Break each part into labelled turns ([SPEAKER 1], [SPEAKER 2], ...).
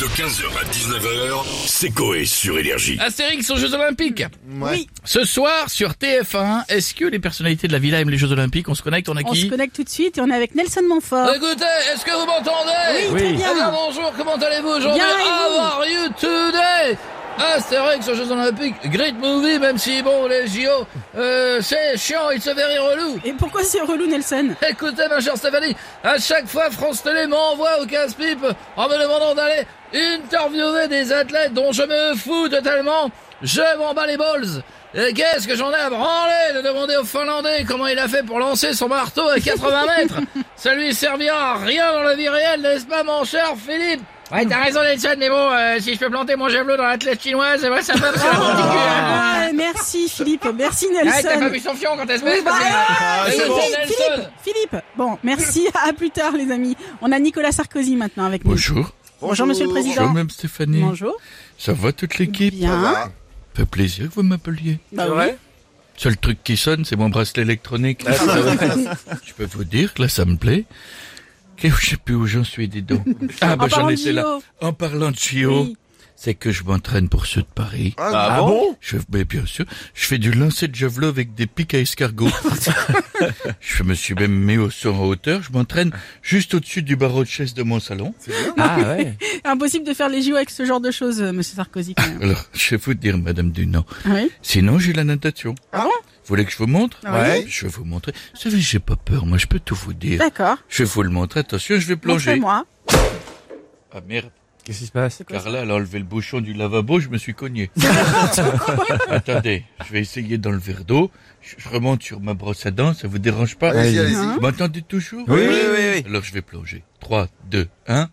[SPEAKER 1] De 15h à 19h, c'est Coé sur Énergie.
[SPEAKER 2] Astérix aux Jeux Olympiques.
[SPEAKER 3] Ouais.
[SPEAKER 4] Oui.
[SPEAKER 2] Ce soir sur TF1, est-ce que les personnalités de la villa aiment les Jeux Olympiques On se connecte, on a
[SPEAKER 4] On se
[SPEAKER 2] qui
[SPEAKER 4] connecte tout de suite et on est avec Nelson Montfort.
[SPEAKER 2] Écoutez, est-ce que vous m'entendez
[SPEAKER 4] Oui, très Oui. bien.
[SPEAKER 2] Eh bonjour, comment allez-vous aujourd'hui
[SPEAKER 4] Bien, et vous
[SPEAKER 2] How are you today Astérix aux Jeux Olympiques, great movie, même si bon, les JO, euh, c'est chiant, il se verrait relou.
[SPEAKER 4] Et pourquoi c'est relou Nelson
[SPEAKER 2] Écoutez, ma chère Stéphanie, à chaque fois, France Télé m'envoie au casse-pipe en me demandant d'aller interviewer des athlètes dont je me fous totalement. Je m'en bats les balls. Et qu'est-ce que j'en ai à branler de demander au Finlandais comment il a fait pour lancer son marteau à 80 mètres Ça lui servira à rien dans la vie réelle, n'est-ce pas, mon cher Philippe Ouais, t'as raison, Nelson, mais bon, euh, si je peux planter mon javelot dans l'athlète chinoise, ouais, ça va pas
[SPEAKER 4] Ah.
[SPEAKER 2] hein.
[SPEAKER 4] Ouais, Merci Philippe, merci
[SPEAKER 2] Ouais, Ah, t'as pas
[SPEAKER 4] Nelson.
[SPEAKER 2] vu son fion quand elle se baisse
[SPEAKER 4] Oui, bah,
[SPEAKER 2] parce que-
[SPEAKER 3] Ah,
[SPEAKER 2] Mais
[SPEAKER 3] c'est
[SPEAKER 2] oui,
[SPEAKER 3] bon.
[SPEAKER 2] Nelson.
[SPEAKER 4] Philippe, Philippe, bon, merci, à plus tard les amis. On a Nicolas Sarkozy maintenant avec nous.
[SPEAKER 2] Bonjour,
[SPEAKER 4] Bonjour, Monsieur le Président. Bonjour,
[SPEAKER 2] même Stéphanie.
[SPEAKER 4] Bonjour.
[SPEAKER 2] Ça va toute l'équipe
[SPEAKER 4] Bien.
[SPEAKER 2] fait plaisir que vous m'appeliez.
[SPEAKER 4] Bah oui.
[SPEAKER 2] Seul truc qui sonne, c'est mon bracelet électronique. je peux vous dire que là, ça me plaît. Que- Je sais plus où j'en suis, dis donc. Ah, bah,
[SPEAKER 4] En
[SPEAKER 2] j'en
[SPEAKER 4] parlant de
[SPEAKER 2] étais là.
[SPEAKER 4] JO.
[SPEAKER 2] En parlant de JO,
[SPEAKER 4] Oui.
[SPEAKER 2] c'est que je m'entraîne pour ceux de Paris.
[SPEAKER 3] Ah, bon
[SPEAKER 2] Je, mais bien sûr, je fais du lancer de javelot avec des pics à escargot. je me suis même mis au saut en hauteur. Je m'entraîne juste au-dessus du barreau de chaise de mon salon.
[SPEAKER 5] Ah ouais.
[SPEAKER 4] Impossible de faire les JO avec ce genre de choses, euh, Monsieur Sarkozy. Quand même.
[SPEAKER 2] Alors, je vais vous dire, Madame Dunant,
[SPEAKER 4] Ah oui.
[SPEAKER 2] Sinon, j'ai la natation.
[SPEAKER 4] Ah bon
[SPEAKER 2] Vous voulez que je vous montre
[SPEAKER 4] Ah oui.
[SPEAKER 3] Ouais.
[SPEAKER 2] Je vais vous montrer. Vous savez, j'ai pas peur, moi, je peux tout vous dire.
[SPEAKER 4] D'accord.
[SPEAKER 2] Je vais vous le montrer, attention, je vais plonger.
[SPEAKER 4] Montrez-moi.
[SPEAKER 2] Ah merde,
[SPEAKER 5] Qu'est-ce qui se passe
[SPEAKER 2] Carla, elle a enlevé le bouchon du lavabo, je me suis cogné. Attendez, je vais essayer dans le verre d'eau. Je je remonte sur ma brosse à dents, ça vous dérange pas
[SPEAKER 3] Allez-y, allez-y.
[SPEAKER 4] Hein
[SPEAKER 2] Vous m'entendez toujours
[SPEAKER 5] Oui, oui, oui, oui.
[SPEAKER 2] Alors, je vais plonger. 3, 2, 1.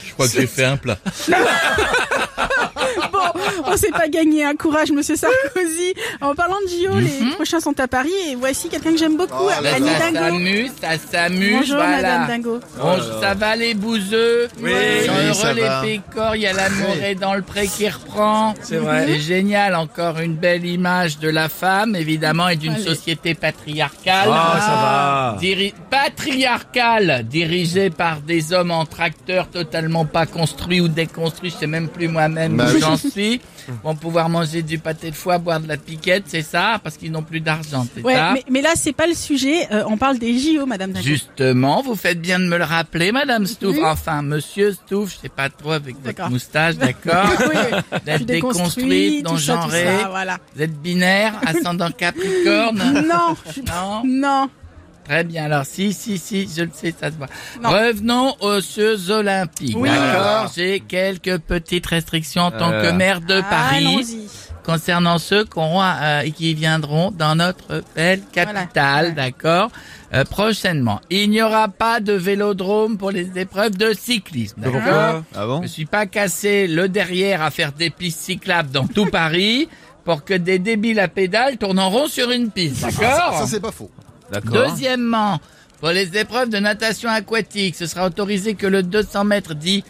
[SPEAKER 2] Je crois que j'ai fait un plat.
[SPEAKER 4] Bon, on s'est pas gagné, hein. courage Monsieur Sarkozy. En parlant de JO, les prochains sont à Paris et voici quelqu'un que j'aime beaucoup,
[SPEAKER 3] Oh là
[SPEAKER 4] Annie Dingo.
[SPEAKER 2] ça s'amuse,
[SPEAKER 4] Bonjour Madame Dingo.
[SPEAKER 2] Bon, ça va les bouseux Oui, sont
[SPEAKER 3] Oui,
[SPEAKER 2] heureux
[SPEAKER 3] ça
[SPEAKER 2] les
[SPEAKER 3] va.
[SPEAKER 2] pécores, il y a la morée dans le pré qui reprend. C'est
[SPEAKER 5] vrai.
[SPEAKER 2] génial, encore une belle image de la femme, évidemment, et d'une
[SPEAKER 4] Allez.
[SPEAKER 2] société patriarcale.
[SPEAKER 5] Ah, ça va.
[SPEAKER 2] Diri- patriarcale, dirigée par des hommes en tracteur totalement pas construits ou déconstruits, je sais même plus moi-même
[SPEAKER 3] Bah
[SPEAKER 2] où
[SPEAKER 3] oui.
[SPEAKER 2] j'en suis, vont pouvoir manger du pâté de foie, boire de la piquette, c'est ça, parce qu'ils n'ont plus d'argent, c'est
[SPEAKER 4] Ouais,
[SPEAKER 2] ça
[SPEAKER 4] mais, mais là c'est pas le sujet. euh, on parle des JO, Madame Dingo.
[SPEAKER 2] Justement, vous faites bien de me le rappeler, Madame Stouff.
[SPEAKER 4] Mhm.
[SPEAKER 2] Enfin, Monsieur Stouff, je sais pas trop avec votre
[SPEAKER 4] D'accord.
[SPEAKER 2] moustache, d'accord
[SPEAKER 4] Oui, oui. Je suis
[SPEAKER 2] D'être déconstruite, non
[SPEAKER 4] tout ça, tout
[SPEAKER 2] genrée.
[SPEAKER 4] ça, voilà.
[SPEAKER 2] Vous êtes binaire, ascendant Capricorne
[SPEAKER 4] Non, je-
[SPEAKER 2] Non
[SPEAKER 4] non.
[SPEAKER 2] Très bien, alors si, si, si, je le sais, ça se voit.
[SPEAKER 4] Non.
[SPEAKER 2] Revenons aux Jeux Olympiques,
[SPEAKER 4] Oui. Ah.
[SPEAKER 2] d'accord J'ai quelques petites restrictions en tant que
[SPEAKER 5] Euh.
[SPEAKER 2] maire de Paris
[SPEAKER 4] Allons-y.
[SPEAKER 2] concernant ceux qui auront, euh, et qui viendront dans notre belle capitale,
[SPEAKER 4] Voilà.
[SPEAKER 2] d'accord Euh, Prochainement, il n'y aura pas de vélodrome pour les épreuves de cyclisme.
[SPEAKER 5] Mais
[SPEAKER 2] d'accord
[SPEAKER 5] pourquoi
[SPEAKER 3] Ah
[SPEAKER 2] Je
[SPEAKER 3] bon
[SPEAKER 2] me suis pas cassé le derrière à faire des pistes cyclables dans tout Paris pour que des débiles à pédale tournent en rond sur une piste, d'accord
[SPEAKER 3] Ah, Ça, c'est pas faux.
[SPEAKER 5] D'accord.
[SPEAKER 2] Deuxièmement, pour les épreuves de natation aquatique, ce sera autorisé que le 200 mètres dit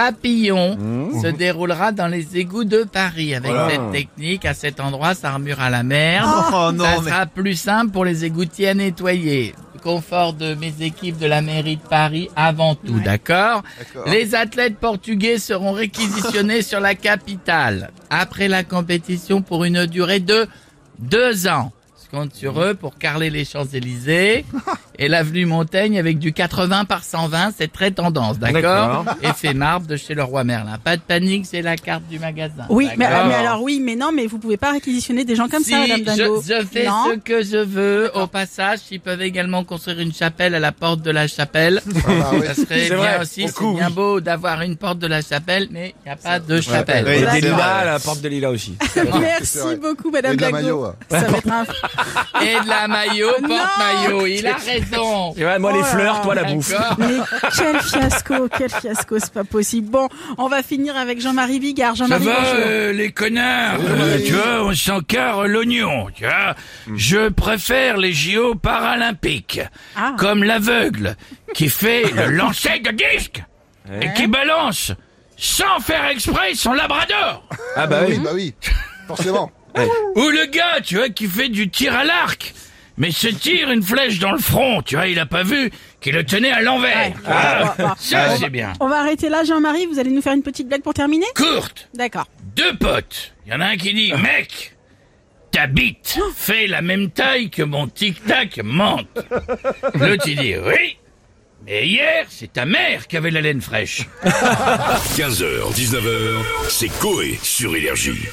[SPEAKER 2] papillon
[SPEAKER 3] Mmh.
[SPEAKER 2] se déroulera dans les égouts de Paris. Avec
[SPEAKER 5] Voilà.
[SPEAKER 2] cette technique, à cet endroit, ça remue à la merde.
[SPEAKER 3] Oh
[SPEAKER 2] ça
[SPEAKER 3] non, mais.
[SPEAKER 2] sera plus simple pour les égoutiers à nettoyer. Confort de mes équipes de la mairie de Paris avant tout, d'accord
[SPEAKER 3] D'accord.
[SPEAKER 2] les athlètes portugais seront réquisitionnés sur la capitale après la compétition pour une durée de deux ans. Je compte sur eux pour carler les Champs-Élysées et l'avenue Montaigne avec du 80 par 120, c'est très tendance, d'accord Effet marbre de chez le roi Merlin. Pas de panique, c'est la carte du magasin.
[SPEAKER 4] Oui, mais,
[SPEAKER 2] d'accord
[SPEAKER 4] mais alors oui, mais non, mais vous pouvez pas réquisitionner des gens comme
[SPEAKER 2] si
[SPEAKER 4] ça, Madame Dingo.
[SPEAKER 2] Je, je fais
[SPEAKER 4] non.
[SPEAKER 2] ce que je veux. Au passage, ils peuvent également construire une chapelle à la porte de la chapelle.
[SPEAKER 3] Ah, ouais.
[SPEAKER 2] Ça serait
[SPEAKER 5] C'est
[SPEAKER 2] bien
[SPEAKER 5] vrai,
[SPEAKER 2] aussi,
[SPEAKER 5] pour
[SPEAKER 2] c'est
[SPEAKER 5] le coup,
[SPEAKER 2] bien
[SPEAKER 5] oui.
[SPEAKER 2] beau d'avoir une porte de la chapelle, mais il n'y a pas de chapelle.
[SPEAKER 5] Et
[SPEAKER 4] D'accord.
[SPEAKER 5] des lilas à Ah, la porte de Lila aussi.
[SPEAKER 3] C'est vrai.
[SPEAKER 4] Merci beaucoup, Madame
[SPEAKER 3] Et de la
[SPEAKER 4] Dingo.
[SPEAKER 3] maillot, hein. ouais.
[SPEAKER 4] Ça va être un
[SPEAKER 2] Et de la maillot,
[SPEAKER 4] Non.
[SPEAKER 2] porte-maillot, il a raison.
[SPEAKER 5] Et ouais, moi les
[SPEAKER 4] Oh là là.
[SPEAKER 5] fleurs, toi la bouffe.
[SPEAKER 2] D'accord
[SPEAKER 4] Mais quel fiasco, quel fiasco, c'est pas possible. Bon, on va finir avec Jean-Marie Bigard.
[SPEAKER 2] Ça
[SPEAKER 4] Jean-Marie,
[SPEAKER 2] va,
[SPEAKER 4] bonjour.
[SPEAKER 2] euh, les connards euh, Tu vois, on s'encarre l'oignon, tu vois
[SPEAKER 5] Mm.
[SPEAKER 2] Je préfère les JO paralympiques,
[SPEAKER 4] Ah.
[SPEAKER 2] comme l'aveugle qui fait le lancer de disque et qui balance, sans faire exprès, son labrador
[SPEAKER 5] Ah bah
[SPEAKER 3] Oui,
[SPEAKER 5] oui.
[SPEAKER 3] bah oui. Forcément.
[SPEAKER 2] Ou le gars, tu vois, qui fait du tir à l'arc, mais se tire une flèche dans le front, tu vois, il a pas vu qui le tenait à l'envers.
[SPEAKER 4] Ouais.
[SPEAKER 2] ah.
[SPEAKER 4] Bon, bon, bon.
[SPEAKER 2] Ça, c'est bien.
[SPEAKER 4] On va arrêter là, Jean-Marie. Vous allez nous faire une petite blague pour terminer
[SPEAKER 2] Courte,
[SPEAKER 4] D'accord.
[SPEAKER 2] deux potes. Il y en a un qui dit, mec, ta bite fait la même taille que mon tic-tac manque. L'autre, il dit, oui, mais hier, c'est ta mère qui avait la laine fraîche.
[SPEAKER 1] 15h, 19h, c'est Coé sur Énergie.